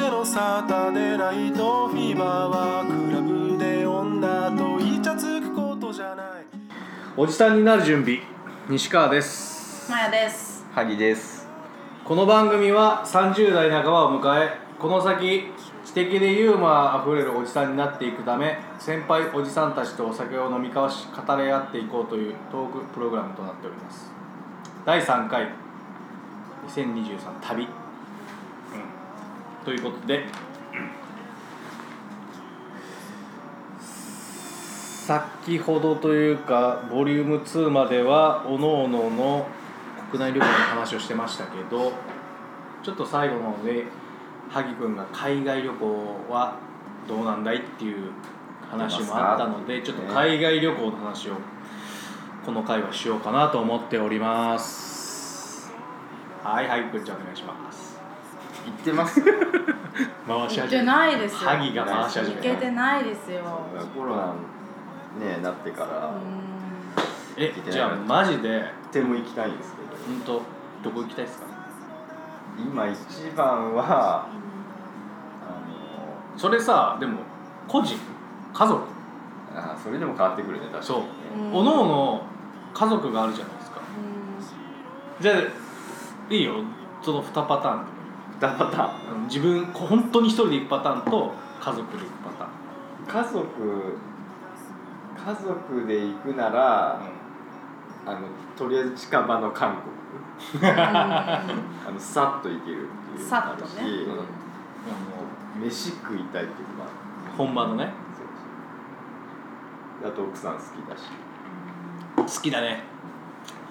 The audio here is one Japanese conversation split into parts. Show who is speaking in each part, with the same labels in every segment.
Speaker 1: バーでライトフィーバーはクラブで女とイチャつくことじゃない
Speaker 2: おじさんになる準備西川です
Speaker 3: マヤです。
Speaker 4: 萩です
Speaker 2: この番組は30代半ばを迎えこの先知的でユーモアあふれるおじさんになっていくため先輩おじさんたちとお酒を飲み交わし語り合っていこうというトークプログラムとなっております第3回2023旅、うんということで、先ほどというかボリューム2まではおのおのの国内旅行の話をしてましたけどちょっと最後の方で萩君が海外旅行はどうなんだいっていう話もあったのでちょっと海外旅行の話をこの回はしようかなと思っておりますはい萩君じゃあお願いします
Speaker 4: 言ってます
Speaker 2: 回し
Speaker 3: 行っ
Speaker 2: 始
Speaker 3: て
Speaker 2: め
Speaker 3: ないですよ。
Speaker 2: 萩が回し始
Speaker 3: 行
Speaker 2: め
Speaker 3: け
Speaker 2: た
Speaker 3: てないですよ。
Speaker 4: コロナねなってか
Speaker 3: うー
Speaker 4: ら
Speaker 3: ん
Speaker 2: えじゃあマジで
Speaker 4: とても行きたいんですけど
Speaker 2: 本当どこ行きたいですか
Speaker 4: 今一番はあ
Speaker 2: それさでも個人家族
Speaker 4: のあそれでも変わってくるね確かに
Speaker 2: そう
Speaker 3: う
Speaker 4: ね
Speaker 3: ん
Speaker 2: お のおの家族があるじゃないですかじゃあいいよその2パターン
Speaker 4: 二パタ
Speaker 2: あの自分こ本当に一人で行くパターンと家族で行くパターン
Speaker 4: ーン家族家族で行くなら、あのとりあえず近場の韓国
Speaker 3: う
Speaker 4: あのさっと行けるっていうのもあるし
Speaker 3: さっとね
Speaker 2: うんあ
Speaker 4: 飯食いたいっていうのもある
Speaker 2: の本場のね
Speaker 4: そうそうあと奥さん好きだし
Speaker 2: 好きだね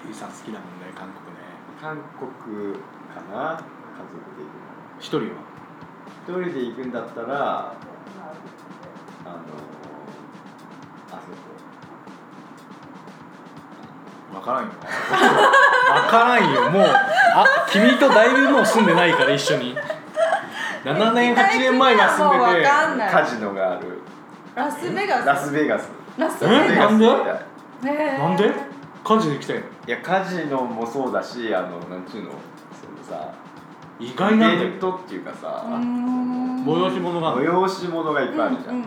Speaker 2: ゆいさん好きだもんね韓国ね
Speaker 4: 韓国かな家族で行
Speaker 2: 一
Speaker 4: くなら
Speaker 2: 人は
Speaker 4: 一人で行くんだったらあのあそ
Speaker 2: 分からんよ分からんよもうあ君とだいぶもう住んでないから一緒に7年8年前は住ん
Speaker 3: もう
Speaker 2: で
Speaker 3: 分
Speaker 2: て
Speaker 3: かん
Speaker 4: こ
Speaker 3: ない。
Speaker 4: カジノがある
Speaker 3: ラスベガス。
Speaker 4: ラスベガス
Speaker 3: ラス
Speaker 2: え
Speaker 3: ベガス。
Speaker 2: なんで
Speaker 4: ラスベガス行きたい
Speaker 3: ねえ
Speaker 2: なんで家事で行きたいの
Speaker 4: いやカジノもそうだしあのなんちゅうのそのさ
Speaker 2: 意
Speaker 4: イ
Speaker 2: 外なんだ
Speaker 4: ベ
Speaker 2: よ
Speaker 4: ントっていうかさ
Speaker 3: うーん
Speaker 2: 催し物がある
Speaker 4: 催し物がいっぱいあるじゃん、
Speaker 3: うんうん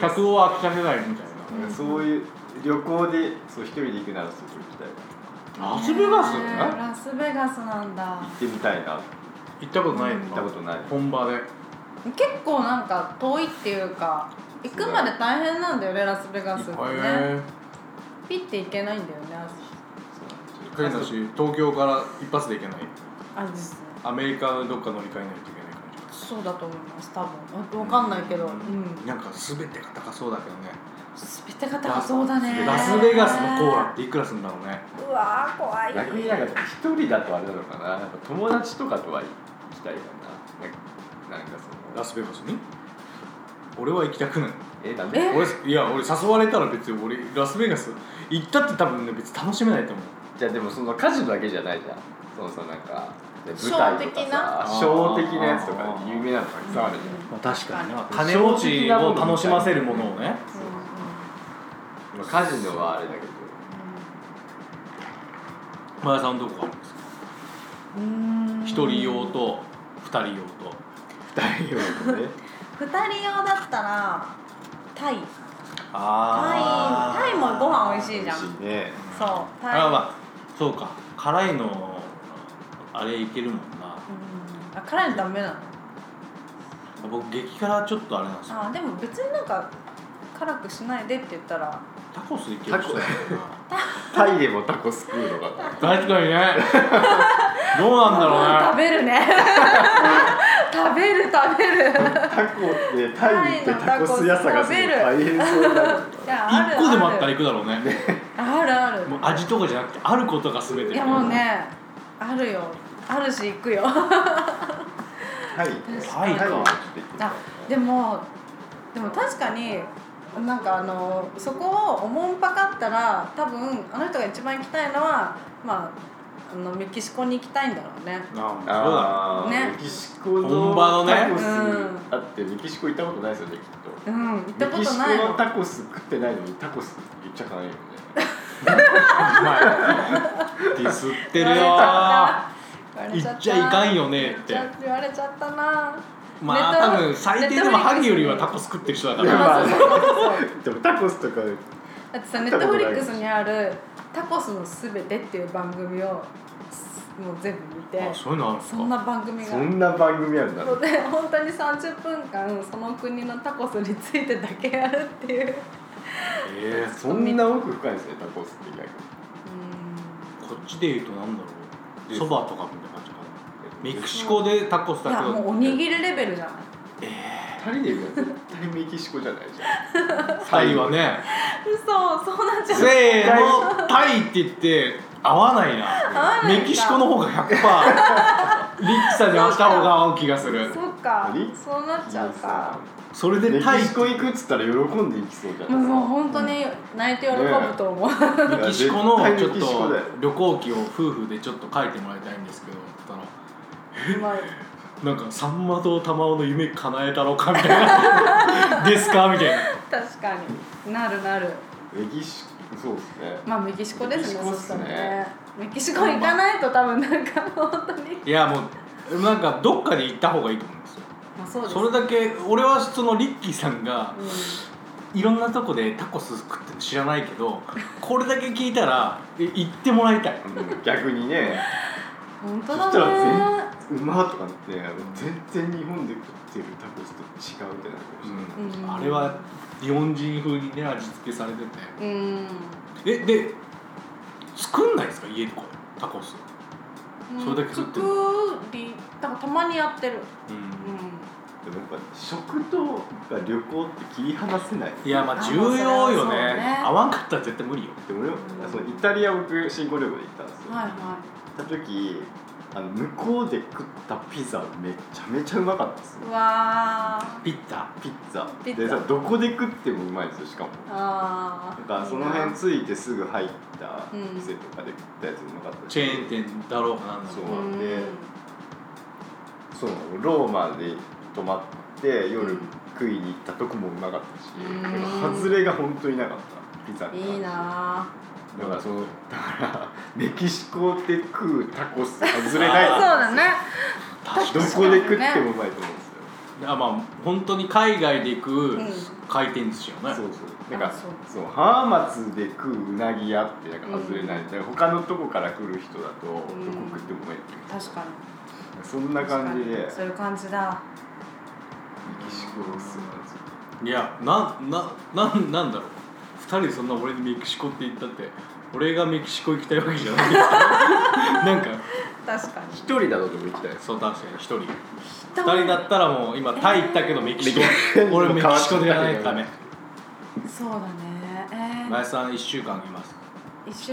Speaker 2: 客を飽きさせないみたい
Speaker 3: うんうん。
Speaker 4: そういう旅行でそう一人で行くならそこ行きたい
Speaker 2: なラスベガス
Speaker 3: ねえラスベガスなんだ
Speaker 4: 行ってみたいな行
Speaker 2: 行ったことないの
Speaker 4: ったことない
Speaker 2: 本場で
Speaker 3: 結構なんか遠いっていうか行くまで大変なんだよねラスベガスってね
Speaker 2: へ
Speaker 3: ピッて行けないんだよね
Speaker 2: え変だし東京から一発で行けない
Speaker 3: あれですね
Speaker 2: アメリカのどっか乗り換えないといけない感じ
Speaker 3: そうだと思います多分わかんないけど、うん
Speaker 2: なんか全てが高そうだけどね
Speaker 3: 全てが高そうだね
Speaker 2: ラスベガスのコーラっていくらすんだろうね
Speaker 3: うわー怖い
Speaker 4: 逆になんか一人だとあれなのかなやっぱ友達とかとは行きたいかななんかなんかそ
Speaker 2: ラ
Speaker 4: の
Speaker 2: スベガスに俺は行きたくない
Speaker 4: えなん
Speaker 3: え
Speaker 4: で
Speaker 2: 俺いや俺誘われたら別に俺ラスベガス行ったって多分ね別に楽しめないと思う
Speaker 4: じゃあでもそのカジノだけじゃないじゃんそのさなんか
Speaker 3: シ
Speaker 4: 舞
Speaker 3: ョー
Speaker 4: 台と
Speaker 3: 的
Speaker 4: か
Speaker 3: な
Speaker 4: さショー的なやつとか有名なのたくさんあるじゃん
Speaker 2: まあ、確
Speaker 3: かにな
Speaker 2: 金持ちを楽しませるものをね
Speaker 4: まあカジノはあれだけど
Speaker 2: 前田さんどこがあるんですか
Speaker 3: うん
Speaker 2: 一人用と二人用と
Speaker 4: 二人用でね
Speaker 3: 二人用だったらタイ
Speaker 2: あ
Speaker 3: タイタイもご飯美味しいじゃん
Speaker 4: 美味しいね
Speaker 3: そうタイ
Speaker 2: あまあそうか辛いのあれいけるもんな
Speaker 3: うんあ辛いのダメなの
Speaker 2: 僕激辛ちょっとあれなんですよ
Speaker 3: あでも別になんか辛くしないでって言ったら
Speaker 2: タコスい ける人だよ
Speaker 4: タイでもタコス食うのかな
Speaker 2: な確かにね どうなんだろうね
Speaker 3: 食べるね 食べる食べる
Speaker 4: タコってタイに行ってタコス屋探すの
Speaker 3: タイのタコス
Speaker 4: 大変そうになる
Speaker 3: いやある
Speaker 2: 一個でもあったら
Speaker 3: る
Speaker 2: 行くだろうね
Speaker 3: あるある
Speaker 2: もう味とかじゃなくてあることが全て
Speaker 3: いやもうねあるよあるし行くよ
Speaker 4: タイね
Speaker 2: タイか
Speaker 4: タイに行って行ってみたい
Speaker 3: あでもでも確かになんかあのそこをおもんぱかったら多分あの人が一番行きたいのはまああのメキシコに行きたいんだろうね
Speaker 2: あ
Speaker 4: あー
Speaker 3: ね
Speaker 4: メキシコの
Speaker 2: 本場のね
Speaker 4: タコス、
Speaker 3: うん
Speaker 4: だってメキシコ行ったことないですよねきっと
Speaker 3: うん行ったことな
Speaker 4: メ
Speaker 3: い
Speaker 4: キシコの
Speaker 3: の
Speaker 4: タコス食ってないのにタコス言っちゃかないよね
Speaker 2: そうだうまいディスってるよ
Speaker 3: 言われちゃった
Speaker 2: 行っちゃいかんよねって
Speaker 3: 言われちゃ言われちゃったな
Speaker 2: まあ多分最低でもハギよりはタコス食ってる人だか
Speaker 4: いや
Speaker 2: ら
Speaker 3: まあそうそうそうそう
Speaker 4: でもタコスとか
Speaker 3: だってさネットフリックスにある「タコスのすべて」っていう番組をすもう全部見て
Speaker 2: あそういうのあるんです
Speaker 3: そ
Speaker 2: か
Speaker 3: んな番組が
Speaker 4: そんな番組あるんだ
Speaker 3: そうで本当に30分間その国のタコスについてだけやるっていう
Speaker 4: えー、そんな奥深いんですねタコスって逆に
Speaker 2: こっちで言うとなんだろう
Speaker 4: え
Speaker 2: そばとかみたいな感じかなメキシコでタコス
Speaker 3: い
Speaker 2: だけ
Speaker 3: や
Speaker 2: ど
Speaker 3: もうおにぎりレベルじゃない
Speaker 4: 二人で行くの絶対メキシコじゃないじゃん
Speaker 2: タイは ね
Speaker 3: 嘘そうなっちゃう
Speaker 2: せーのタイって言って合わないな
Speaker 3: わないか
Speaker 2: メキシコの方が100%リッチさんに合わせた方が合う気がする
Speaker 3: そっか
Speaker 4: 何
Speaker 3: そうなっちゃうか
Speaker 2: それ
Speaker 4: メ
Speaker 2: でタイ
Speaker 4: キ
Speaker 2: メ
Speaker 4: シコ行くっつったら喜んで行きそうじゃ
Speaker 3: もう
Speaker 4: ない
Speaker 3: 本当に泣いて喜ぶと思う、
Speaker 2: キシコの
Speaker 4: いや
Speaker 2: ちょっ
Speaker 4: 絶対メキシコ
Speaker 2: と
Speaker 4: だよ
Speaker 2: 旅行記を夫婦でちょっと書いてもらいたいんですけどって言ったら
Speaker 3: まあ
Speaker 2: なんか「さんまと玉緒の夢叶えたろか」みたいな「 ですか?」みたいな
Speaker 3: 確かになるなる
Speaker 4: メキシコそうですね
Speaker 3: まあメキシコですね
Speaker 4: メキシコっ
Speaker 3: そした
Speaker 4: す
Speaker 3: ら
Speaker 4: ね
Speaker 3: ねメキシコ行かないと多分なんか本当に
Speaker 2: いやもうなんかどっかで行った方がいいと思うんですよ
Speaker 3: まあそうです
Speaker 2: それだけ俺はそのリッキーさんが
Speaker 3: うん
Speaker 2: いろんなとこでタコス食ってるの知らないけどこれだけ聞いたらえ行ってもらいたい
Speaker 4: うん逆にね
Speaker 3: 本
Speaker 4: そ
Speaker 3: 当
Speaker 4: したら
Speaker 3: だね
Speaker 4: 全うまとかって全然日本で食ってるタコスと違うってなるかもしれ
Speaker 3: う
Speaker 4: ない、
Speaker 3: ん
Speaker 2: あれは日本人風にね味付けされてて
Speaker 3: うん
Speaker 2: えで作んないですか家でこれタコスそれだけ食ってる
Speaker 3: 作りだからたまにやってる
Speaker 2: う
Speaker 3: うんん
Speaker 4: でもやっぱ食とか旅行って切り離せない
Speaker 2: いやまあ
Speaker 3: あ
Speaker 2: 重要よ
Speaker 3: まあそれはそう
Speaker 2: ね
Speaker 3: ね
Speaker 2: 合わんかったら絶対無理よ
Speaker 4: で俺はそのイタリア僕新婚旅行で行ったんですよ、
Speaker 3: はい
Speaker 4: 行
Speaker 3: は
Speaker 4: った時あの向こうで食ったピザめちゃめちゃうまかったですよ
Speaker 3: いうわー
Speaker 2: ピッタ
Speaker 4: ピッツァ
Speaker 3: ピッツァ
Speaker 4: でさどこで食ってもうまいんですよしかも
Speaker 3: あ
Speaker 4: なん
Speaker 3: ー
Speaker 4: かその辺ついてすぐ入った
Speaker 3: うん
Speaker 4: 店とかで食ったやつうまかったし
Speaker 2: チェーン店だろうかなんだろう
Speaker 4: そうなんで
Speaker 3: うん
Speaker 4: そうローマで泊まって夜
Speaker 3: うん
Speaker 4: 食いに行ったとこもうまかったし、
Speaker 3: うん
Speaker 4: なんか外れが本当になかったピザに関して
Speaker 3: いいな
Speaker 4: だからそのだからメキシコで食うタコス外れ
Speaker 3: ー
Speaker 4: ない
Speaker 3: そうだね
Speaker 2: 確
Speaker 4: ど
Speaker 2: かに
Speaker 4: こで食ってもうまいと思うんですよ、
Speaker 2: あまあ本当に海外で行く
Speaker 3: うん
Speaker 2: 回転寿司よね、
Speaker 4: そうそうなん
Speaker 3: あ
Speaker 4: か
Speaker 3: そう
Speaker 4: そう浜松で食ううなぎ屋ってなんか外れない、だから他のとこから来る人だとどこ
Speaker 3: うん
Speaker 4: 食ってもうまいっていう
Speaker 3: 確かに
Speaker 4: そんな感じでメ
Speaker 3: 確かにそういう感じだ
Speaker 4: キシコロスなんですよ
Speaker 2: いやなななんなんだろう2人でそんな俺にメキシコって言ったって俺がメキシコ行きたいわけじゃない なんか
Speaker 3: 確かに
Speaker 4: 一人だとでも行きたいです
Speaker 2: そう確かに1人2
Speaker 3: 人
Speaker 2: 人だったらもう今タイ行ったけどメキシコ俺メキシコでやらないとダ メ
Speaker 3: そうだねえー
Speaker 2: 林さん1週間います
Speaker 3: 一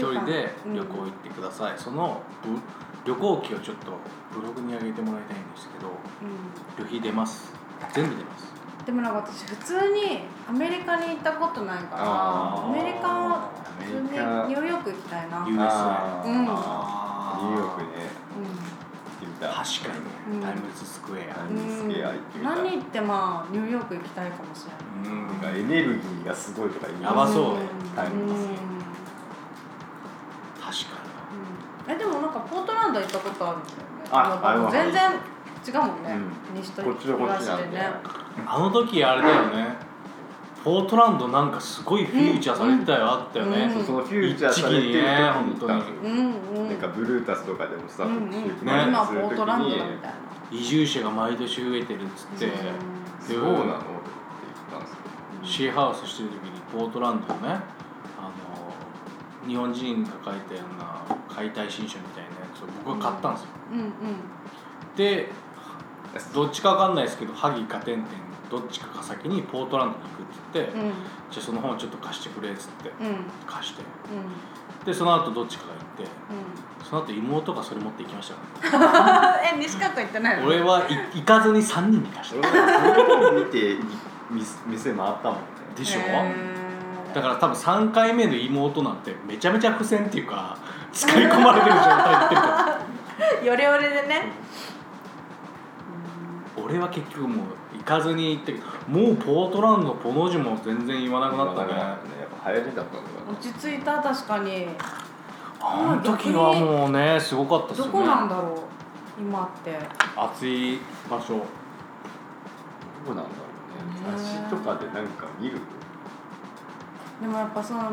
Speaker 2: 1
Speaker 3: 週間
Speaker 2: 人で旅行行ってください、そのぶ旅行記をちょっとブログに上げてもらいたいんですけど
Speaker 3: うんうん
Speaker 2: 旅費出ます全部出ます
Speaker 3: でもなんか私普通にアメリカに行ったことないから
Speaker 4: あ
Speaker 3: ア
Speaker 4: ー
Speaker 3: メリカ
Speaker 4: ア
Speaker 3: 普
Speaker 4: メ
Speaker 3: 通にニ
Speaker 4: リカ
Speaker 3: ューヨーク行きたいな、うん
Speaker 2: USA
Speaker 4: あー
Speaker 3: うん
Speaker 2: あ
Speaker 4: ニューヨークね行ってみたい
Speaker 2: 確かにね、
Speaker 3: うん
Speaker 2: タイムズスクエア
Speaker 4: タイムズスクエア行ってみたい
Speaker 3: 何言ってまあニューヨーク行きたいかもしれない
Speaker 2: うん
Speaker 4: なんかエネルギーがすごいとか言い
Speaker 2: やば
Speaker 4: ます
Speaker 2: そうね
Speaker 4: タイム
Speaker 3: うん
Speaker 4: パス
Speaker 3: うん
Speaker 2: 確か
Speaker 3: えでもなんかポートランド行ったことあるんだよね
Speaker 4: ああれは
Speaker 3: 全然違うもんね、西と
Speaker 4: こっちとこっち
Speaker 3: 東
Speaker 4: な
Speaker 3: で
Speaker 4: んで
Speaker 3: ね
Speaker 2: にあの時あれだよねポートランドなんかすごいフューチャーされてたよ、あったよね、
Speaker 3: うん
Speaker 4: そうそのフューチャーされてる時に行ったんですよ
Speaker 3: うんうん
Speaker 4: なんかブルータスとかでもさ、
Speaker 3: うんうん
Speaker 4: こっち行く
Speaker 2: ね
Speaker 4: 前に
Speaker 3: 今
Speaker 4: す
Speaker 3: ポ
Speaker 4: る時
Speaker 3: ートランドだみたいな
Speaker 2: 移住者が毎年増えてるっつって、
Speaker 3: うん
Speaker 2: で
Speaker 4: そうなのって言ったんですよ。
Speaker 2: シェアハウスしてる時にポートランドのねあの日本人が書いたような解体新書みたいなやつを僕が買ったんですよ、
Speaker 3: うんうん
Speaker 2: でどっちかわかんないですけど萩かてんてんどっちかが先にポートランドに行くっつって、
Speaker 3: うんうん
Speaker 2: じゃあその本ちょっと貸してくれっつって
Speaker 3: うん
Speaker 2: 貸してでその後どっちかが行ってその後妹がそれ持って行きましたよ、
Speaker 3: うんえ西川君行ってないの
Speaker 2: 俺はい行かずに3人に貸した
Speaker 4: 俺はそれを見てみ店回ったもんね。
Speaker 2: でしょ、
Speaker 3: へー
Speaker 2: だから多分3回目の妹なんてめちゃめちゃ苦戦っていうか使い込まれてる状態っていうか
Speaker 3: ヨレヨレでね
Speaker 2: 俺は結局もう行かずに行ってもうポートランドこの字も全然言わなくなったね
Speaker 4: やっぱ流行りだったのか
Speaker 3: 落ち着いた確かに
Speaker 2: あの時はもうねすごかったです
Speaker 3: ど
Speaker 2: よね
Speaker 3: こなんだろう今って
Speaker 2: 暑い場所
Speaker 4: こなんだろう
Speaker 3: ね
Speaker 4: ね雑誌とかでなんか見る
Speaker 3: でもやっぱその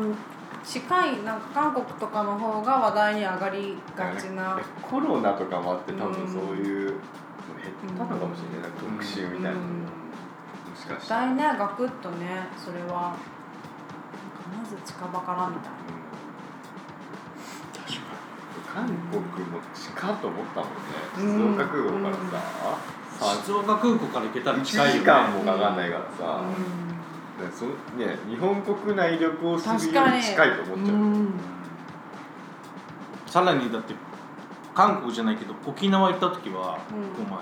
Speaker 3: 近いなんか韓国とかの方が話題に上がりがちな、
Speaker 4: コロナとかもあって多
Speaker 3: うん
Speaker 4: 分そういうの減ったのかもしれない、なんか特集みたいなのも、
Speaker 3: うん
Speaker 4: もしかしたら、
Speaker 3: 大
Speaker 4: うん、
Speaker 3: ねガクッとねそれはなんかまず近場からみたいな
Speaker 4: 韓国も近いと思ったもんね静
Speaker 3: うん
Speaker 4: 岡空港からさ、
Speaker 2: 静岡空港から行けたら
Speaker 4: 1
Speaker 2: 近いよ、ね、
Speaker 4: 時間もかかんないからさ、
Speaker 3: うん
Speaker 4: ねそね、日本国内旅行す
Speaker 3: 確
Speaker 4: るよ
Speaker 3: か
Speaker 4: り
Speaker 3: に
Speaker 4: 近いと思っちゃう、
Speaker 3: ん
Speaker 2: さらにだって韓国じゃないけど沖縄行った時は、
Speaker 3: うん
Speaker 2: お前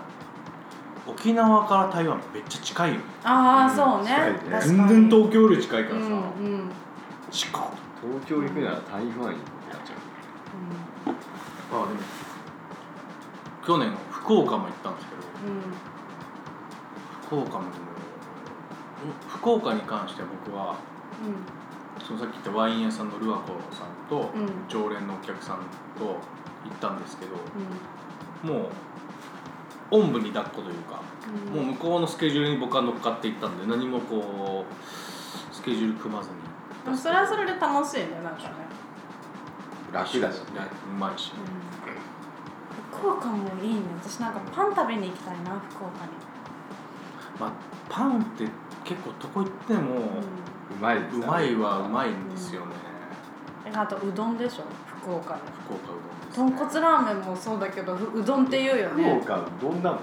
Speaker 2: 沖縄から台湾めっちゃ近いよね
Speaker 3: ああそう
Speaker 4: うん
Speaker 3: ね
Speaker 4: 近いね
Speaker 3: 確かに
Speaker 2: 全然東京より近いから
Speaker 3: う
Speaker 2: さ、
Speaker 3: んうん
Speaker 2: 近っま
Speaker 4: 東京行くなら台湾になっちゃう
Speaker 2: あでも去年福岡も行ったんですけど
Speaker 3: う
Speaker 2: 福岡もでも福岡に関しては僕は
Speaker 3: ん
Speaker 2: そのさっき言ったワイン屋さんのルアコさんと、
Speaker 3: うんうん
Speaker 2: 常連のお客さんと行ったんですけどもうおんぶに抱っこというか
Speaker 3: う
Speaker 2: もうん向こうのスケジュールに僕は乗っかっていったんで何もこうスケジュール組まずに
Speaker 3: でもそれはそれで楽しいねなんかね
Speaker 4: 楽だしね
Speaker 2: うまいし
Speaker 3: 福岡もいいね私なんかパン食べに行きたいな福岡に
Speaker 2: まあパンって結構どこ行っても
Speaker 3: う
Speaker 4: うまいです
Speaker 2: うまいはうまいんですよね
Speaker 3: んえあとうどんでしょ福岡で
Speaker 2: 福岡うどんです、
Speaker 3: 豚
Speaker 2: ね、
Speaker 3: 骨ラーメンもそうだけどふうどんって言うよ
Speaker 4: 福
Speaker 3: ね
Speaker 4: 岡うどんなの
Speaker 2: う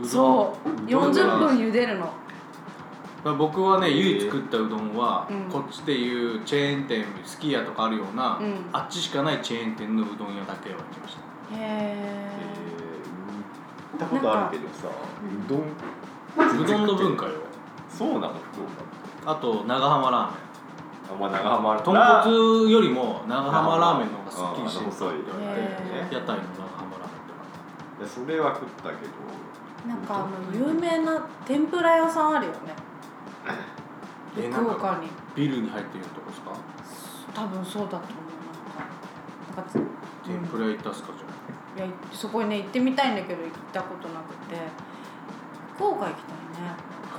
Speaker 2: どん
Speaker 3: そう
Speaker 4: うどん
Speaker 3: 40分茹でるの
Speaker 2: まあ僕はね唯一食ったうどんは、
Speaker 3: うん
Speaker 2: こっちでいうチェーン店すき家とかあるような、
Speaker 3: うん
Speaker 2: あっちしかないチェーン店のうどん屋だけは行きました
Speaker 3: へ
Speaker 4: え
Speaker 3: え
Speaker 4: ー、行ったことあるけどさうどん
Speaker 2: うどんの文化よ
Speaker 4: そうなの福岡
Speaker 2: あと長浜ラーメン
Speaker 4: あまあ長浜ラー
Speaker 2: 豚骨よりも長浜ラーメンの方がすっきりしてる
Speaker 4: あ細いよね
Speaker 3: へー
Speaker 2: 屋台の長浜ラーメンとか
Speaker 4: いやそれは食った けど
Speaker 3: なんかあの有名な天ぷら屋さんあるよね
Speaker 2: えなん
Speaker 3: 福
Speaker 2: か
Speaker 3: 岡に
Speaker 2: ビルに入っているとこですか
Speaker 3: 多分そうだと思うなんかなんかつ
Speaker 2: 天ぷらいたすかじゃない
Speaker 3: いやそこにね行ってみたいんだけど行ったことなくて福岡行きたいね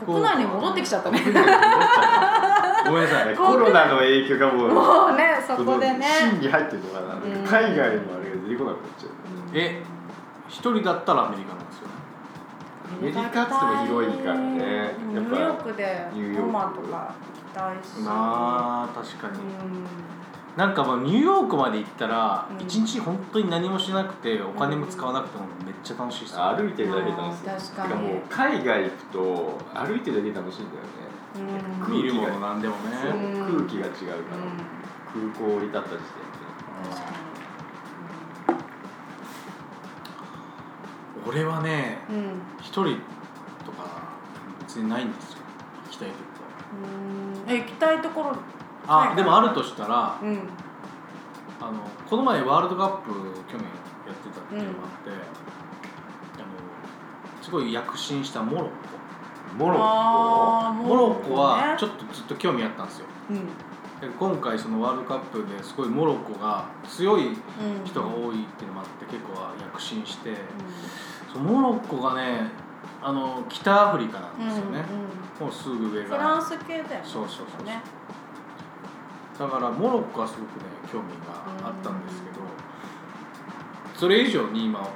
Speaker 3: 国内に戻ってきちゃったね
Speaker 4: 国内に戻っちゃっ
Speaker 2: ごめんなさ
Speaker 4: たね
Speaker 2: い
Speaker 4: コロナの影響がもう
Speaker 3: もうねそ
Speaker 4: こ
Speaker 3: こ
Speaker 4: の
Speaker 3: でね
Speaker 4: 芯に入ってるのかな、
Speaker 3: うん
Speaker 4: 海外のあれが出てこなくなっちゃう
Speaker 2: え一人だったらアメリカなんですよね
Speaker 4: アメリカっても広いからねやっぱ
Speaker 3: ニューヨークで
Speaker 4: ニュー
Speaker 3: ロ
Speaker 4: ヨーク
Speaker 3: マンとか行きたいし
Speaker 2: まあ確かに
Speaker 3: う
Speaker 2: なんかもうニューヨークまで行ったら
Speaker 3: うん
Speaker 2: 一日本当に何もしなくてお金も使わなくてもめっちゃ楽しいですよ
Speaker 4: 歩いてるだけ楽しい
Speaker 3: あー確かに
Speaker 4: てもう海外行くと歩いてるだけ楽しいんだよね、
Speaker 3: んうん
Speaker 4: 空
Speaker 2: 見るものなんでもね
Speaker 4: そう
Speaker 3: うん
Speaker 4: 空気が違うから、空港降り立った時点で
Speaker 3: 確か
Speaker 2: 俺はね
Speaker 3: にうん
Speaker 2: 一人とか別にないんですよ行きたいとこ
Speaker 3: うんえ行きたいところ
Speaker 2: は
Speaker 3: はい
Speaker 2: あでもあるとしたら
Speaker 3: うん
Speaker 2: あのこの前ワールドカップ去年やってたっていうのがあって、あのすごい躍進したモロッ
Speaker 4: モロッ
Speaker 3: あー
Speaker 2: コモロッコは
Speaker 3: ね
Speaker 2: ちょっとずっと興味あったんですよ
Speaker 3: うん
Speaker 2: で今回そのワールドカップですごいモロッコが強い
Speaker 3: うん
Speaker 2: 人が多いっていうのもあって結構は躍進してそのモロッコがねあの北アフリカなん
Speaker 3: うん
Speaker 2: ですよね
Speaker 3: う、ん
Speaker 2: もうすぐ上
Speaker 3: うん
Speaker 2: が
Speaker 3: フランス系だよね
Speaker 2: そうそうそうそう、
Speaker 3: ね
Speaker 2: だからモロッコはすごくね興味があったんですけど、それ以上に今あの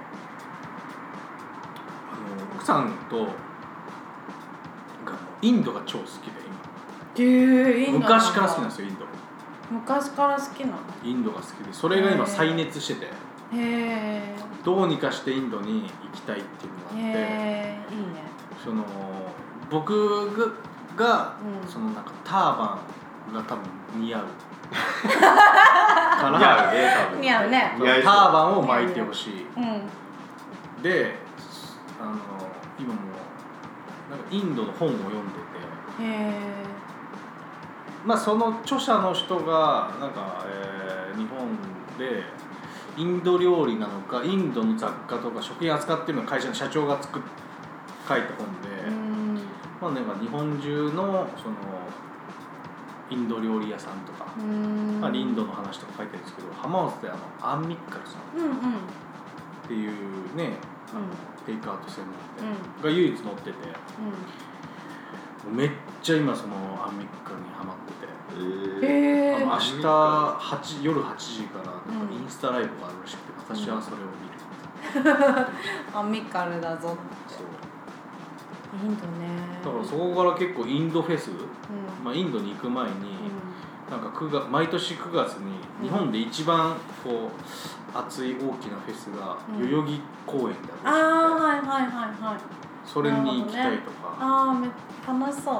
Speaker 2: 奥さんとがインドが超好きで
Speaker 3: へえイ
Speaker 2: 今
Speaker 3: ンドなんだ
Speaker 2: 昔から好きなんですよインド
Speaker 3: 昔から好きなの
Speaker 2: インドが好きでそれが今再熱してて
Speaker 3: へえ
Speaker 2: どうにかしてインドに行きたいっていうのがあって
Speaker 3: へえいいね
Speaker 2: その僕がが
Speaker 3: うん
Speaker 2: そのなんかターバンが多分 似合うか
Speaker 4: コ
Speaker 2: ら
Speaker 4: 似合うね多分
Speaker 3: 似合うね
Speaker 2: タ
Speaker 4: 似合い
Speaker 2: ー
Speaker 4: そう
Speaker 2: バンを巻いてほしい
Speaker 3: うん
Speaker 2: であの今もうなんかインドの本を読んでて
Speaker 3: へえ
Speaker 2: まあその著者の人がなんか、えー日本でインド料理なのかインドの雑貨とか食品扱ってるのを会社の社長が作っ書いた本で、
Speaker 3: うん
Speaker 2: まあなんか日本中のそのインド料理屋さんとか、
Speaker 3: うん
Speaker 2: まあ、インドの話とか書いてるんですけど浜松であのアンミッカルさん
Speaker 3: うんうんうん
Speaker 2: っていうねテイクアウト専門店
Speaker 3: うん
Speaker 2: が唯一載ってて。
Speaker 3: う
Speaker 2: めっちゃ今そのアンミカにハマってて。
Speaker 4: ええ
Speaker 3: へ
Speaker 2: あ
Speaker 3: え
Speaker 2: の明
Speaker 4: ま
Speaker 2: 日8夜8時からなん
Speaker 3: う
Speaker 2: か
Speaker 3: ん
Speaker 2: インスタライブがあるらしくて、私はそれを見る、
Speaker 3: アミカルだぞ
Speaker 2: そう
Speaker 3: インドね
Speaker 2: だからそこから結構インドフェス、
Speaker 3: うん
Speaker 2: まあ、インドに行く前に、なんか9月毎年9月
Speaker 3: うん
Speaker 2: に日本で一番こう熱い大きなフェスが
Speaker 3: うん
Speaker 2: 代々木公園
Speaker 3: あ
Speaker 2: だ
Speaker 3: あ
Speaker 2: ろうし、
Speaker 3: はいはいはいはい
Speaker 2: それに行きたいとか,、
Speaker 3: ああめ楽しそう、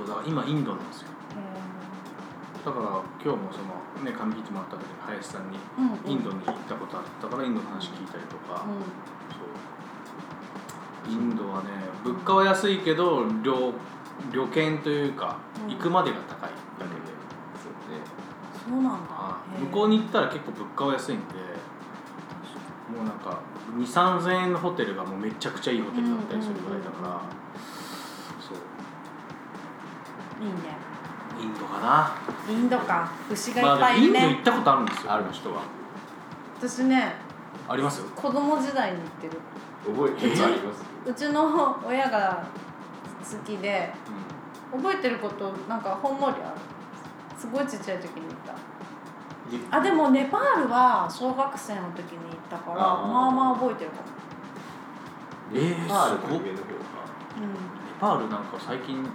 Speaker 2: だから今インドなんですよ
Speaker 3: う
Speaker 2: だから今日もそのね髪切ってもらった時に林さんに
Speaker 3: んうん、
Speaker 2: インドに行ったことあったからインドの話聞いたりとか、
Speaker 3: う
Speaker 2: そうインドはね物価は安いけど旅旅券というか、
Speaker 3: うん
Speaker 2: 行くまでが高いだけで、
Speaker 4: そうね
Speaker 3: ん、そうなん
Speaker 2: あ
Speaker 3: だへえ
Speaker 2: 向こうに行ったら結構物価は安いんでもうなんか2 3 0 0 0円のホテルがもうめちゃくちゃいいホテルだったりするぐらいだから、
Speaker 3: うんうんうん
Speaker 2: そう
Speaker 3: いいね
Speaker 2: インドかな、
Speaker 3: インドか牛がい
Speaker 2: ま
Speaker 3: っ
Speaker 2: あ
Speaker 3: ぱ
Speaker 2: でも
Speaker 3: い
Speaker 2: イ
Speaker 3: い
Speaker 2: ン
Speaker 3: ね
Speaker 2: ド行ったことあるんですよ
Speaker 4: あ
Speaker 2: あ
Speaker 4: る
Speaker 2: る人は
Speaker 3: 私ね
Speaker 2: あります
Speaker 3: 子供時代に行ってる
Speaker 4: 覚えてることあります
Speaker 3: うちの親が好きで
Speaker 2: う
Speaker 3: 覚えてることなんかほんのりあるすごいちっちゃい時に行った
Speaker 2: んで
Speaker 3: あでもネパールは小学生の時に行ったから
Speaker 4: あー
Speaker 3: まあまあ覚えてるかも、
Speaker 2: えー
Speaker 4: ネパルの上の方
Speaker 3: う
Speaker 2: ネパールなんか最近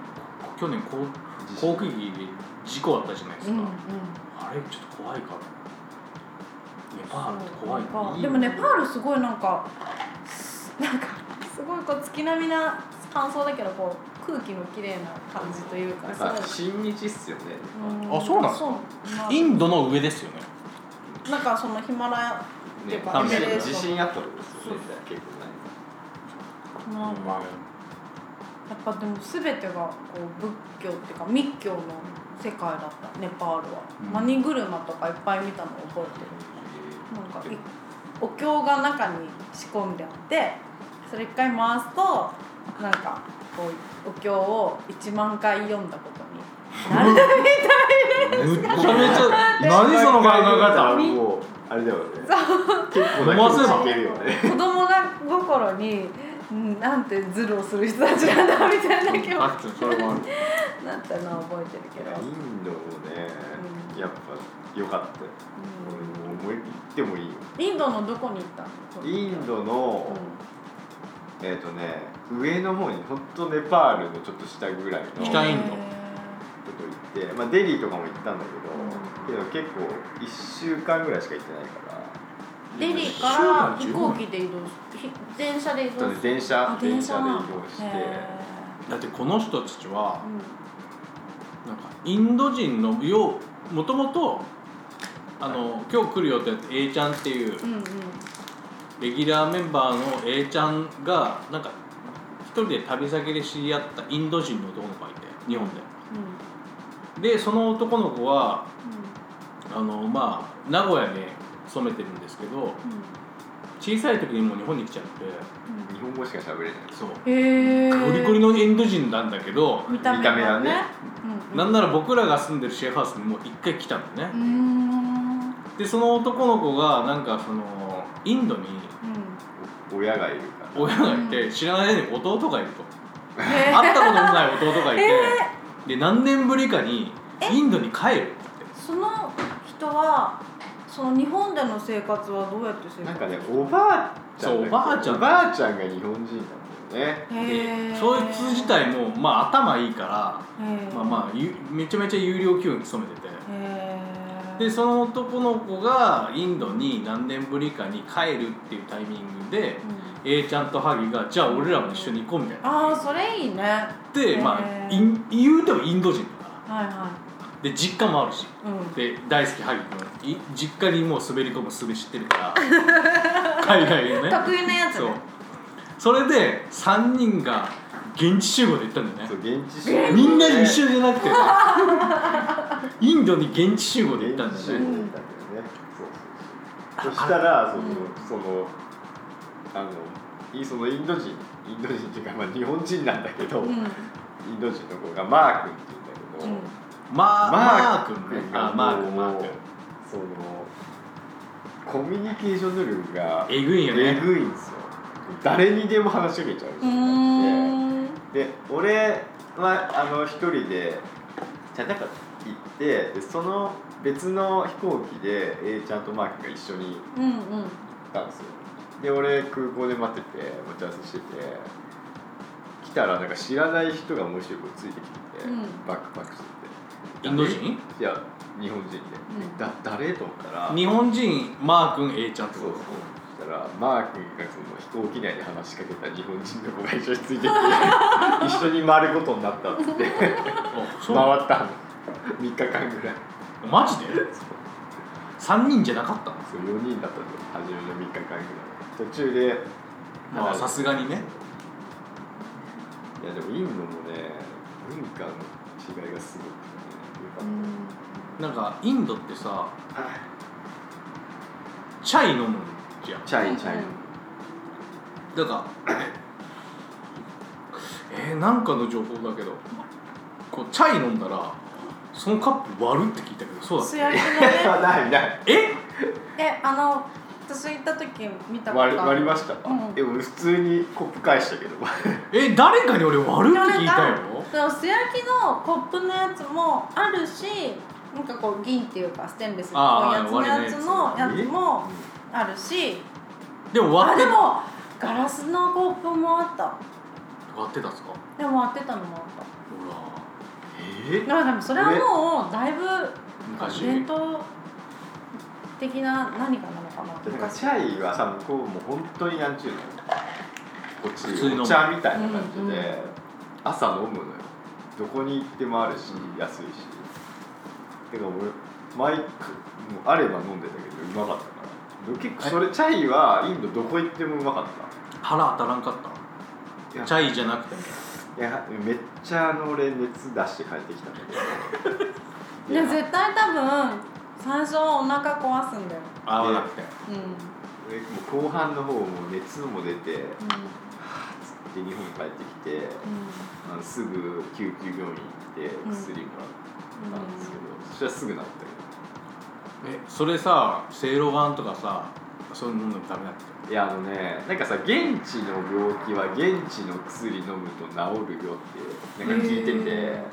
Speaker 2: 去年こう
Speaker 4: か
Speaker 2: 航空機で事故あったじゃないです
Speaker 3: ん、
Speaker 2: か、
Speaker 3: うんうん
Speaker 2: あれちょっと怖いからネパールって怖い
Speaker 3: そうなん
Speaker 2: の
Speaker 3: かでもネパールすごいなんかなんかすごいこう月並みな感想だけどこう空気の綺麗な感じというかすごい
Speaker 4: なんか親日っすよね、
Speaker 3: うん
Speaker 2: あそうなんですか
Speaker 3: まあ
Speaker 2: インドの上ですよね
Speaker 3: なんかそのヒマラヤ
Speaker 4: ね
Speaker 3: で
Speaker 2: も
Speaker 4: 地震
Speaker 2: エベレス
Speaker 3: ト
Speaker 4: 地震あったことですよね結構ない
Speaker 3: なんかやっぱでも全てがこう仏教っていうか密教の世界だったネパールは、
Speaker 2: うん
Speaker 3: マニ車とかいっぱい見たの覚えてるなんかいお経が中に仕込んであってそれ一回回すとなんかこうお経を1万回読んだことになる
Speaker 2: むちゃめち ゃ何その考
Speaker 4: あ
Speaker 2: え
Speaker 4: もうあれだよね結構な
Speaker 2: 飲ませ
Speaker 4: 距
Speaker 2: ば
Speaker 4: 離いけるよね
Speaker 3: 子供が心に、うん、なんてズルをする人たちなんだみたいな気持ちに
Speaker 2: 方あそれもある
Speaker 3: なったのは覚えてるけど、
Speaker 4: インドもね
Speaker 3: うん
Speaker 4: やっぱ良かったよ俺もう行ってもいいよ
Speaker 3: うんインドのどこに行ったの
Speaker 4: インドの、えっ、とね上の方にほんとネパールのちょっと下ぐらいの
Speaker 3: うん
Speaker 2: 北インド
Speaker 3: へ
Speaker 4: とこ行って、まあ、デリーとかも行ったんだけど、けど結構1週間ぐらいしか行ってないから
Speaker 3: ーデリーから飛行機で移動しひ電車で移
Speaker 4: ち
Speaker 3: 動
Speaker 4: ょっとね
Speaker 3: し
Speaker 4: 電車
Speaker 3: あ
Speaker 4: 電
Speaker 3: 電
Speaker 4: 車
Speaker 3: 車
Speaker 4: で移
Speaker 3: な
Speaker 4: 動
Speaker 3: んだ
Speaker 4: して
Speaker 3: へ
Speaker 2: だってこの人たちは
Speaker 3: ーうん
Speaker 2: なんかインド人のようもともとあの今日来るよって A ちゃんっていう
Speaker 3: うんうん
Speaker 2: レギュラーメンバーの A ちゃんがなんか一人で旅先で知り合ったインド人の男の子がいて日本
Speaker 3: うん
Speaker 2: ででその男の子は
Speaker 3: う
Speaker 2: あのまあ名古屋で勤めてるんですけど
Speaker 3: ん
Speaker 2: 小さい時にもう日本に来ちゃって
Speaker 4: 日本語しか喋れない
Speaker 2: そう
Speaker 3: へえ
Speaker 2: ゴリゴリのインド人なんだけど
Speaker 3: 見た目がねうん
Speaker 2: なんなら僕らが住んでるシェアハウスにもう一回来たのね
Speaker 3: うーん
Speaker 2: でその男の子がなんかそのインドに
Speaker 3: うん
Speaker 4: お親がいるから
Speaker 2: 親がいうて
Speaker 3: ん
Speaker 2: 知らない間に弟がいると
Speaker 3: へ
Speaker 2: 会ったこともない弟がいて、で何年ぶりかにインドに帰るって
Speaker 3: その人はその日本での生活はどうやって生活
Speaker 4: なんかねおばあちゃんだ
Speaker 2: そ
Speaker 4: っけ
Speaker 2: うおばあちゃん
Speaker 4: おばあちゃんが日本人なんだよね
Speaker 3: へ
Speaker 2: で
Speaker 3: ー
Speaker 2: そいつ自体もまあ頭いいから
Speaker 3: へー
Speaker 2: まあまあゆめちゃめちゃ有料企業に勤めてて
Speaker 3: へー
Speaker 2: でその男の子がインドに何年ぶりかに帰るっていうタイミングで
Speaker 3: う、ん
Speaker 2: A ちゃんとハギがじゃあ俺らも一緒に行こうみたいな
Speaker 3: ああそれいいねは
Speaker 2: で、ま
Speaker 3: へ
Speaker 2: あ、
Speaker 3: ー
Speaker 2: イン言うてもインド人だか
Speaker 3: いは
Speaker 2: らで実家もあるし
Speaker 3: いうん
Speaker 2: で大好きハギ君い実家にもう滑り込むすべ知ってる から海外のね
Speaker 3: 得意なやつ
Speaker 2: そう
Speaker 3: ね
Speaker 2: それで3人が現地集合で行ったんだよ
Speaker 4: そう
Speaker 2: ね
Speaker 4: 現地集合
Speaker 2: みんなで一緒じゃなくてインドに現地集合で行
Speaker 4: 現
Speaker 2: ったんだ
Speaker 4: 地集合
Speaker 2: よね
Speaker 4: だったんだよねそうそうそうそしたらその、そのあのいそのインド人インド人っていうかまあ日本人なんだけど、
Speaker 3: うん
Speaker 4: イ
Speaker 3: うん
Speaker 4: ンド人の子がマー君って言うんだけど、
Speaker 2: まあマ
Speaker 4: マ
Speaker 2: ー
Speaker 4: ー
Speaker 2: 君
Speaker 4: 君
Speaker 2: ね
Speaker 4: が
Speaker 2: あマー君マ
Speaker 4: も
Speaker 2: ー
Speaker 4: う
Speaker 2: 君
Speaker 4: そのコミュニケーション能力が
Speaker 2: えぐいよ
Speaker 4: え
Speaker 2: ね
Speaker 4: ぐいんですよ誰にでも話しかけちゃう
Speaker 3: うーん
Speaker 4: で俺まああの一人でじゃなかった行ってでその別の飛行機で A ちゃんとマークが一緒に
Speaker 3: うんうん
Speaker 4: 行ったんですよで俺空港で待ってて待ち合わせしてて来たらなんか知らない人がもう一人こうついてきてて、
Speaker 3: うん
Speaker 4: バックパックしてて
Speaker 2: インド人
Speaker 4: いや日本人で、
Speaker 3: ん
Speaker 4: だ誰と思ったら
Speaker 2: 日本人マー君 A ちゃんって
Speaker 4: そ
Speaker 2: こ
Speaker 4: う
Speaker 2: と
Speaker 4: そしたらマー君がその飛行機内で話しかけた日本人の子が一緒につい てきて一緒に回ることになったっつって回っ
Speaker 2: あ
Speaker 4: た
Speaker 2: そう
Speaker 4: の3日間ぐらい
Speaker 2: マジで
Speaker 4: そう
Speaker 2: 3人じゃなかったの
Speaker 4: そう4人だったんだよ初めの3日間ぐらい途中で
Speaker 2: まあさすがにね
Speaker 4: いやでもインドもね文化の違いがすごくてねよ
Speaker 2: なんかインドってさ
Speaker 4: かった
Speaker 2: チャイ飲むじゃん
Speaker 4: チャイチャイ
Speaker 2: だからえー、なんかの情報だけどこうチャイ飲んだらそのカップ割るって聞いたけどそうだっ
Speaker 3: 素
Speaker 2: け
Speaker 3: 焼きのね
Speaker 4: ないない
Speaker 2: え
Speaker 3: えあの私行った時見たことあ
Speaker 4: 割
Speaker 3: る
Speaker 4: り割りましたか、
Speaker 3: うん
Speaker 4: でも普通にコップ返したけど
Speaker 2: え誰かに俺割る
Speaker 3: 言わ
Speaker 2: っ
Speaker 3: れ
Speaker 2: て聞いたよ
Speaker 3: でも素焼きのコップのやつもあるしなんかこう銀っていうかステンレスのこういうやつのやつの
Speaker 2: あ
Speaker 3: やつも
Speaker 4: え
Speaker 3: あるし
Speaker 2: でも
Speaker 3: あ
Speaker 2: 割って
Speaker 3: でもガラスのコップもあった
Speaker 2: 割ってたんですかほ
Speaker 3: でも割ってたのもあった
Speaker 2: ら
Speaker 4: え
Speaker 3: だからでもそれはもうだいぶ
Speaker 2: 昔
Speaker 3: 伝統的な何かなのかな
Speaker 4: なんかチャイはさ向こうも本当になんちゅうのこっち
Speaker 2: 普通の
Speaker 4: お茶みたいな感じで、
Speaker 3: うんうん
Speaker 4: 朝飲むのよどこに行ってもあるし安いし、てか俺毎回もうあれば飲んでたけどうまかったからでも結構それチャイはインドどこ行ってもうまかった
Speaker 2: 腹当たらんかっ
Speaker 4: いや
Speaker 2: たチャイじゃなくても
Speaker 4: いやめっちゃあの俺熱出して帰ってきたんだけど
Speaker 3: で絶対多分最初はお腹壊すんだよ
Speaker 2: 合わなくて
Speaker 3: うん、うん
Speaker 4: でもう後半の方もう熱も出てで日本帰ってきて
Speaker 3: う
Speaker 4: あのすぐ救急病院行って
Speaker 3: ん
Speaker 4: 薬もらったんですけど、そしたらすぐ治った
Speaker 2: えそれさせいろがんとかさそういうものもダメだって
Speaker 4: けどいやあのねなんかさ現地の病気は現地の薬飲むと治るよってなんか聞いてて、
Speaker 3: へ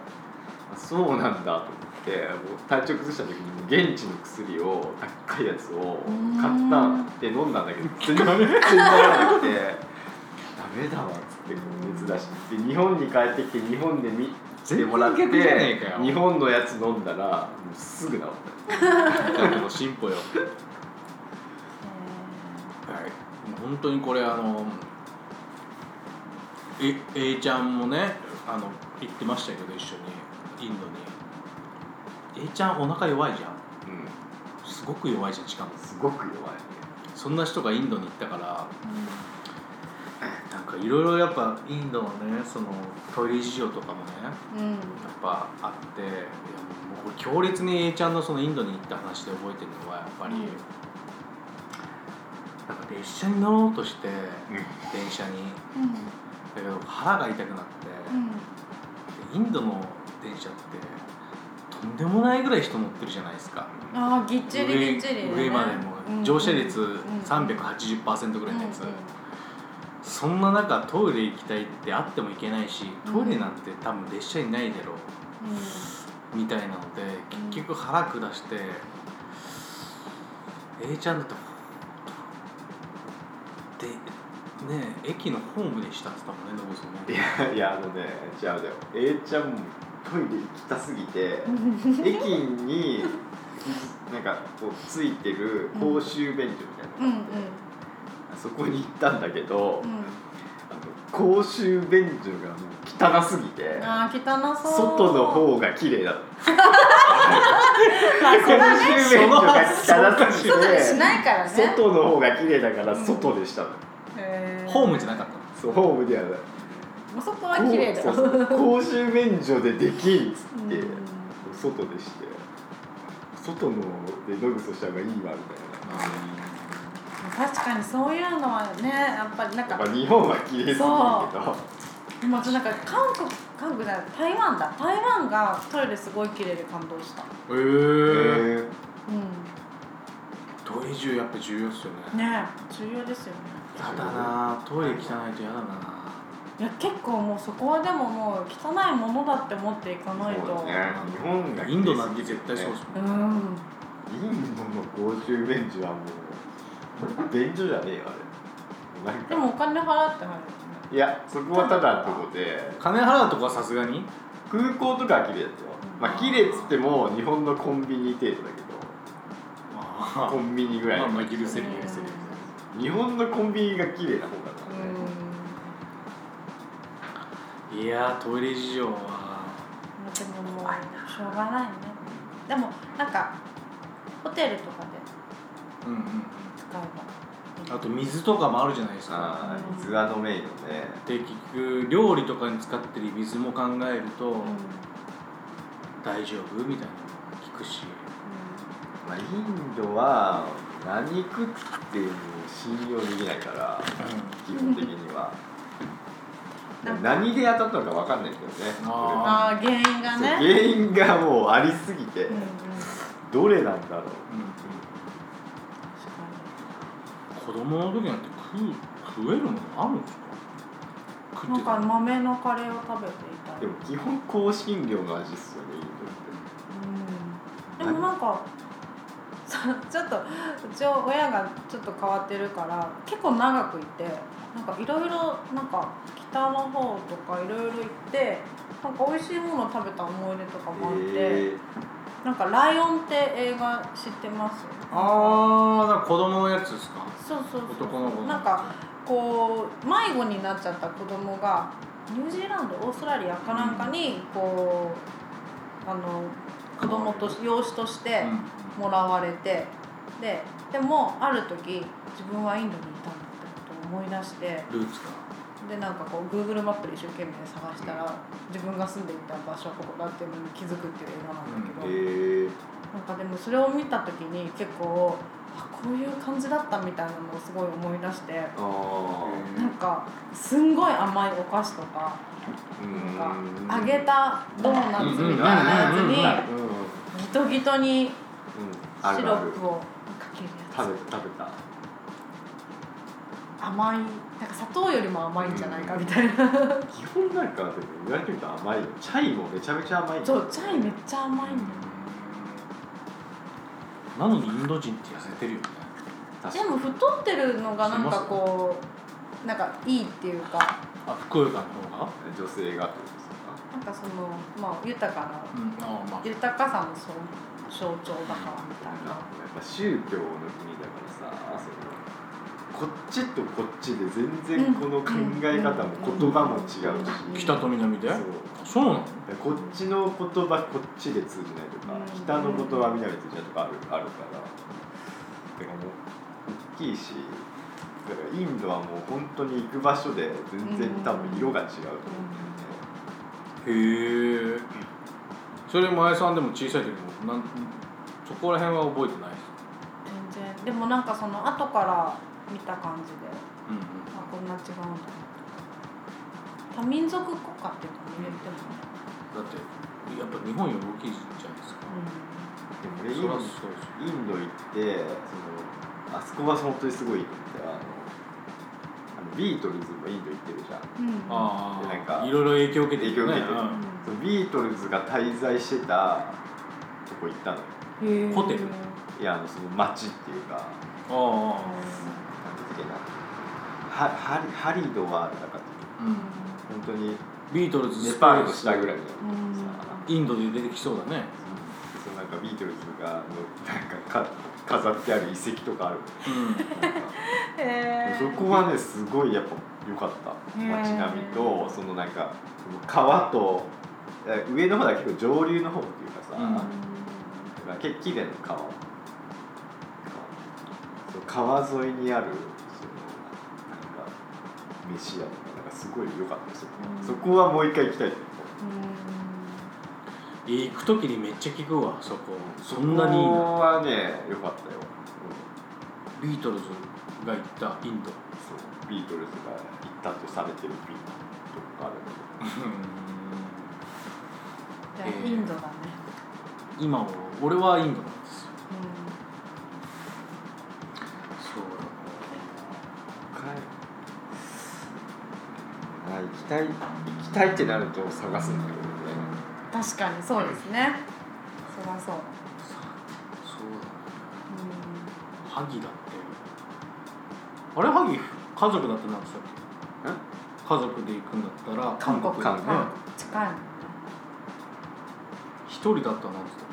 Speaker 4: あそうなんだと思ってもう体調崩した時にもう現地の薬を高いやつを買ったって飲んだんだけど全然全然治らなくて。ダメだわっつってこう熱出してで日本に帰ってきて日本で見てもらって
Speaker 2: 全然逆じゃねえかよ
Speaker 4: 日本のやつ飲んだらもうすぐ治った
Speaker 2: 科学の進歩よはい、本当にこれあのえ A ちゃんもねあの行ってましたけど一緒にインドに A ちゃんお腹弱いじゃん
Speaker 4: うん、
Speaker 2: すごく弱いじゃんしかも
Speaker 4: すごく弱いね。
Speaker 2: そんな人がインドに行ったからなんかいろいろやっぱインドのねそのトイレ事情とかもねやっ
Speaker 3: んうん
Speaker 2: ぱあっていやもうもう強烈に A ちゃんのそのインドに行った話で覚えてるのはやっぱり、
Speaker 3: うん
Speaker 2: なんか列車に乗ろうとして
Speaker 4: う
Speaker 2: 電車に
Speaker 3: うん
Speaker 2: だけど腹が痛くなって、
Speaker 3: うん
Speaker 2: インドの電車ってとんでもないぐらい人乗ってるじゃないですか
Speaker 3: ああぎっちりぎっちり、ね、
Speaker 2: 上上までも乗車率380%ぐ
Speaker 3: ぐ
Speaker 2: らいのやつ、そんな中トイレ行きたいってあっても行けないしトイレなんて多分列車にないだろうみたいなので結局腹下して A ちゃんだとでねえ駅のホームでしたっつったもんねどこそね
Speaker 4: ん、いやいやあのね違うだよ A ちゃんもトイレ行きたすぎて駅になんかこうついてる公衆便所みたいなのがあって、
Speaker 3: うんうん
Speaker 4: そこに行ったんだけど、
Speaker 3: うん
Speaker 4: あの公衆便所がもう汚すぎて
Speaker 3: うんああ汚そう
Speaker 4: 外の方が綺麗だった。
Speaker 3: まあそ
Speaker 4: 公衆
Speaker 3: れはね
Speaker 4: 便所が汚すぎ
Speaker 3: 外にし
Speaker 4: て
Speaker 3: ないからね
Speaker 4: 外の方が綺麗だから
Speaker 3: うん
Speaker 4: 外でしたの、
Speaker 3: へ
Speaker 2: ホーム
Speaker 3: じ
Speaker 2: じゃなかったの
Speaker 4: そうホームではない
Speaker 3: ゃもう外は綺麗だ
Speaker 4: そう
Speaker 3: よ
Speaker 4: そう公衆便所でできんっつ
Speaker 3: う
Speaker 4: っ
Speaker 3: ん
Speaker 4: て、外でして外のでノグソした方がいいわみたいな
Speaker 3: 確かにそういうのはねやっぱりなん
Speaker 4: や
Speaker 3: か
Speaker 4: っぱ日本は綺麗すぎるけど
Speaker 3: 今私なんか韓国韓国じゃない台湾だ台湾がトイレすごい綺麗で感動した
Speaker 2: へえ
Speaker 4: へ
Speaker 3: うん
Speaker 2: トイレ中やっぱ重要っすよね
Speaker 3: ねえ重要ですよね
Speaker 2: やだなトイレ汚いとやだな
Speaker 3: いや結構もうそこはでももう汚いものだって持っていかないと
Speaker 4: そうね日本が
Speaker 2: インドなんて絶対そうです
Speaker 3: う
Speaker 2: もん、
Speaker 3: ん
Speaker 4: インドの公衆便所はもう便所じゃねえよあれなん
Speaker 3: で
Speaker 4: か
Speaker 3: もお金払って入る
Speaker 4: いやそこはただのとこで
Speaker 2: 金払うとこはさすがに
Speaker 4: 空港とかは綺麗ですよまあ綺麗っつっても日本のコンビニ程度だけど
Speaker 2: ま
Speaker 4: コンビニぐらい
Speaker 2: あ
Speaker 4: の
Speaker 2: まあ許せる許せる
Speaker 4: 日本のコンビニが綺麗な方だったね、
Speaker 3: う
Speaker 2: いやートイレ事情は
Speaker 3: んでももうしょうがないねでもなんかホテルとかで
Speaker 2: うんうん
Speaker 3: 使えば
Speaker 2: あと水とかもあるじゃないですか
Speaker 4: ああ水が飲めんよね
Speaker 2: で結局料理とかに使ってる水も考えると、
Speaker 3: うんうん
Speaker 2: 大丈夫みたいなの聞くし
Speaker 4: まあ、インドは何食っても信用できないから基本的には
Speaker 3: なんか
Speaker 4: 何で当たったのか分かんないんだよね
Speaker 2: あ
Speaker 3: ああ原因が
Speaker 4: そう
Speaker 3: ね
Speaker 4: 原因がもうありすぎて、
Speaker 3: うんうん
Speaker 4: どれなんだろ
Speaker 2: う
Speaker 4: う
Speaker 2: ん
Speaker 3: 確か
Speaker 2: 子供の時なんて食う食えるものあるんですか食
Speaker 3: に
Speaker 2: って
Speaker 3: なん
Speaker 2: た
Speaker 3: か豆のカレーを食べていた
Speaker 4: でも基本香辛料の味っすよねイン
Speaker 3: うん、で
Speaker 4: ドって
Speaker 3: もなんかさちょっとうちは親がちょっと変わってるから結構長くいてなんかいろいろなんか北の方とかいろいろ行ってなんか美味しいもの食べた思い出とかもあって、
Speaker 4: え
Speaker 3: なんか「ライオン」って映画知ってます
Speaker 2: あーなんか子供のやつですか
Speaker 3: そうそうそう
Speaker 2: 男の子の
Speaker 3: なんかこう迷子になっちゃった子供がニュージーランドオーストラリアかなんかにこうあの子供とし養子として
Speaker 2: うん
Speaker 3: もらわれてででもある時自分はインドにいたんだってことを思い出して
Speaker 2: ルーツか
Speaker 3: でなんかこう Google マップで一生懸命探したら自分が住んでいた場所はここだっていうのに気づくっていう映画なんだけど、
Speaker 4: えー、
Speaker 3: なんかでもそれを見た時に結構あこういう感じだったみたいなのをすごい思い出して。
Speaker 4: ああ
Speaker 3: なんかすんごい甘いお菓子とか
Speaker 4: う
Speaker 3: なん
Speaker 4: ん
Speaker 3: か揚げたドーナツみたいなや
Speaker 4: うん
Speaker 3: つ
Speaker 4: うん
Speaker 3: にギトギトに
Speaker 4: あ
Speaker 3: シ
Speaker 4: る
Speaker 3: ロ
Speaker 4: ある
Speaker 3: ップをかけるや
Speaker 4: 食べ食べた
Speaker 3: つ甘いなんか砂糖よりも甘いんじゃないかみたいな、
Speaker 4: 基本なんかでも言われてみると甘いよチャイもめちゃめちゃ甘いよ
Speaker 3: そうチャイめっちゃ甘いんだよ
Speaker 2: なのにインド人って痩せてるよね
Speaker 4: 確
Speaker 3: で
Speaker 4: かに
Speaker 3: も太ってるのがなんかこうなんかいいっていうか
Speaker 2: あふくよかの方が
Speaker 4: 女性がってことですか
Speaker 3: なんかそのまあ豊かな
Speaker 2: うんあーまあ
Speaker 3: 豊かさのそう象徴だからみたい
Speaker 4: や
Speaker 3: な
Speaker 4: っぱ宗教の国だからさそのこっちとこっちで全然この考え方も
Speaker 3: うん
Speaker 4: 言葉も違うし、
Speaker 3: うん
Speaker 2: 北と南で
Speaker 4: そう
Speaker 2: そうなの
Speaker 4: こっちの言葉こっちで通じないとか、
Speaker 3: うん
Speaker 4: 北の言葉南で通じないとかあるあるからだからもう大きいしだからインドはもう本当に行く場所で全然多分色が違うと思
Speaker 2: へえそれ前さんでも小さい時もなんそこら辺は覚えてないです
Speaker 3: 全然でもなんかその後から見た感じで
Speaker 2: うんうん
Speaker 3: あこんな違うんだ多民族国家っていうのも入れてもね、
Speaker 2: だってやっぱ日本より大きいじゃないですか
Speaker 4: うんだよね、
Speaker 2: そ
Speaker 4: で
Speaker 2: り
Speaker 4: も
Speaker 2: ゃ
Speaker 4: 俺イン
Speaker 2: そうです
Speaker 4: インド行ってそのあそこは本当にすごいと思ってあのあのビートルズもインド行ってるじゃ
Speaker 3: う
Speaker 4: ん
Speaker 3: んうん
Speaker 2: あ
Speaker 4: でなん
Speaker 2: あ
Speaker 4: か
Speaker 2: いろいろ影響受けてるよね
Speaker 4: 影響受けてるそのビートルズが滞在してたとこ行ったのよ
Speaker 3: うん
Speaker 2: ホテル
Speaker 3: へ
Speaker 4: いやあのその町っていうか
Speaker 2: うん、あ
Speaker 4: なんていうかなはハリハリドワールだから
Speaker 2: あ、うん、
Speaker 4: 本当に
Speaker 2: ビートルズ
Speaker 4: ネパールの下ぐらいのさ、
Speaker 3: うん
Speaker 2: インドで出てきそうだね
Speaker 4: そのなんかビートルズがなんかか飾ってある遺跡とかある
Speaker 2: うん
Speaker 4: なんか
Speaker 3: え
Speaker 4: そこはねすごいやっぱ良かった
Speaker 3: へー
Speaker 4: 街並みとそのなんかその川とえ上の方だけ結構上流の方っていうかさ、
Speaker 2: うん
Speaker 4: なんか結構綺麗な川川その川沿いにあるそのなんか飯屋とかなんかすごい良かったですよ、
Speaker 3: うん
Speaker 4: そこはもう一回行きたいと思
Speaker 2: 行く時にめっちゃ聞くわそこ
Speaker 4: う
Speaker 2: そんなに
Speaker 4: そこはね良かったよ、うん
Speaker 2: ビートルズが行ったインド
Speaker 4: そうビートルズが行ったとされてるビートルズがあるんだけど
Speaker 2: え
Speaker 3: じゃあ
Speaker 2: ー
Speaker 3: インドだね、
Speaker 2: 今は俺はインドなんですよ
Speaker 4: ない行きたい行きたいってなると探すんだけどね
Speaker 3: 確かにそうですねそりゃそ
Speaker 2: そ
Speaker 3: う、
Speaker 2: うだ
Speaker 3: う
Speaker 2: ハギだってあれハギ家族だってなんですよ家族で行くんだったら
Speaker 3: 韓国
Speaker 2: だよね
Speaker 4: 韓
Speaker 3: ん、近いの
Speaker 2: 一人だったらなんですか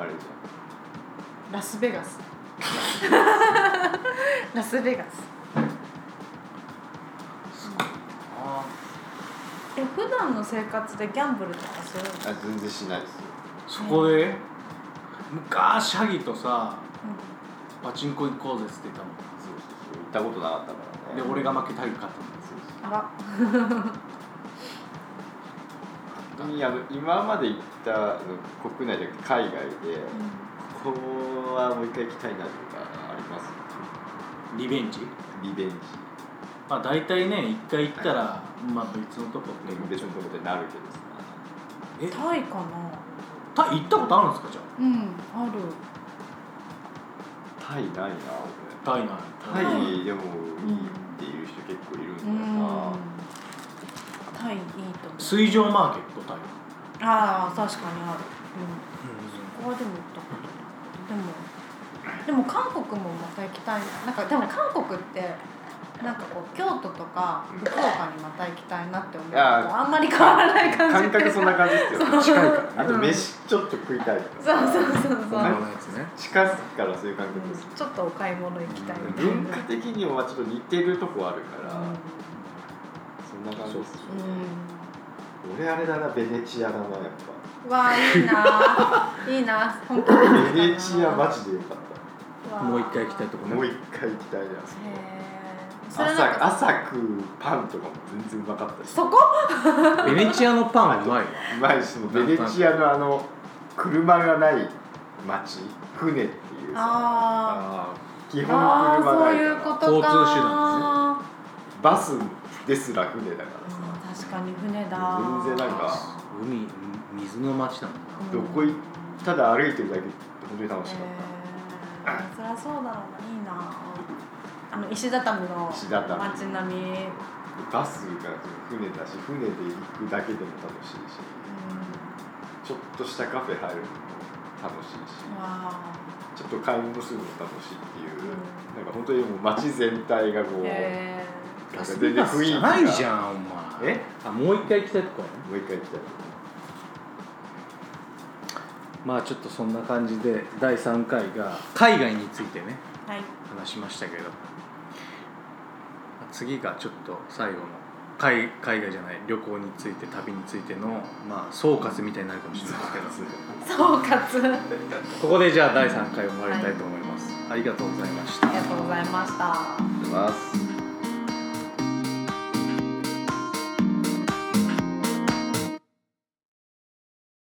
Speaker 4: あれじ
Speaker 3: ラスベ ガスラスベガス
Speaker 2: あ
Speaker 3: え普段の生活でギャンブルとかするの
Speaker 4: ゃんあ全然しないですよ
Speaker 2: そこで昔ハギとさパチンコ行こうぜっつってたもん
Speaker 4: そうそうそう行ったことなかったからね
Speaker 2: で俺が負けたり勝ったもん
Speaker 4: そう
Speaker 3: う
Speaker 4: そう
Speaker 3: ん、あら
Speaker 4: 本当にあの今まで行ったの国内じゃなくて海外で、ここはもう一回行きたいなとかあります
Speaker 2: リベンジ
Speaker 4: リベンジ
Speaker 2: まあ大体ね一回行ったらまあ別のとこって
Speaker 4: 別のとこでなるけどさ
Speaker 2: え
Speaker 3: タイかな
Speaker 2: タイ行ったことあるんですかじゃ
Speaker 3: うんある
Speaker 4: タイないな
Speaker 2: あタイな
Speaker 4: 俺タ
Speaker 2: い
Speaker 4: イでもいいっていう人結構いるんだ
Speaker 3: う
Speaker 4: よな、
Speaker 3: んタイいいと思う
Speaker 2: 水上マーケットタイ
Speaker 3: ああ確かにある、うん、ここはでも行ったことないでもでも韓国もまた行きたいなんかでも韓国ってなんかこう京都とか福岡にまた行きたいなって思う
Speaker 4: いや
Speaker 3: あんまり変わらない感じ
Speaker 4: 感
Speaker 3: っていう
Speaker 4: 覚
Speaker 3: か
Speaker 4: そんな感じですよ
Speaker 3: そう
Speaker 4: 近いからあと
Speaker 3: うん
Speaker 4: 飯ちょっと食いたいと
Speaker 3: そう
Speaker 4: か
Speaker 3: そうそうそう、
Speaker 4: はい
Speaker 2: やつね
Speaker 4: 近すからそういう感覚です、
Speaker 3: ちょっとお買い物行きたいみたいな、
Speaker 4: 文化的にもまあちょっと似てるとこあるから、
Speaker 3: う
Speaker 4: そんな感じですよね
Speaker 3: ん、
Speaker 4: 俺あれだなベネチアだなやっ
Speaker 3: うん、わあいい ないいな本当
Speaker 4: ぱ
Speaker 3: に
Speaker 4: ベネチアマ
Speaker 3: ジ
Speaker 4: ジでよかった
Speaker 2: もう一回行きたいとこね
Speaker 4: もう一回行きたいな
Speaker 3: それなんか
Speaker 4: 朝朝食うパンとかも全然うまかったし
Speaker 3: そこ
Speaker 2: ベネチアのパンはうまいわ
Speaker 4: うまいしもうベネチアのあの車がない町船っていうさ
Speaker 3: あ
Speaker 2: あ
Speaker 4: 基
Speaker 3: ー
Speaker 4: 本
Speaker 3: あー
Speaker 4: 車が
Speaker 3: そう
Speaker 4: ない
Speaker 3: いう
Speaker 4: か
Speaker 3: こ
Speaker 4: ら
Speaker 3: とか
Speaker 2: 交通手段
Speaker 4: バスですら船だか
Speaker 3: うん
Speaker 4: ら
Speaker 3: 確かに船だ
Speaker 4: さ全然なんか
Speaker 2: 海水の街なんだ
Speaker 3: うん
Speaker 4: どこ行っただ歩いてるだけって本当に楽しかっ
Speaker 3: えー、そりゃそうだろうないいなあの石畳の
Speaker 4: 石畳
Speaker 3: 街並み、うん
Speaker 4: た、バスが船だし船で行くだけでも楽しいしちょっとしたカフェ入るのも楽しいし
Speaker 3: わあ
Speaker 4: ちょっと買い物するのも楽しいっていう、
Speaker 3: うん
Speaker 4: なんか本当にもう街全体がこう、
Speaker 3: へ
Speaker 4: なんか
Speaker 2: ス
Speaker 4: 全然雰囲気
Speaker 2: じゃ
Speaker 4: が
Speaker 2: ないじゃんお前
Speaker 4: え
Speaker 2: あもう一回行きたいとこ
Speaker 4: もう一回行きたい
Speaker 2: まあちょっとそんな感じで第3回が海外についてね
Speaker 3: ーはい
Speaker 2: 話しましたけど次がちょっと最後の海海外じゃない旅行について旅についての、まあ、総括みたいになるかもしれないですけど
Speaker 3: 総括
Speaker 2: ここでじゃあ第3回終わりたいと思います、ありがとうございました
Speaker 3: ありがとうございました。
Speaker 4: ありがとうございます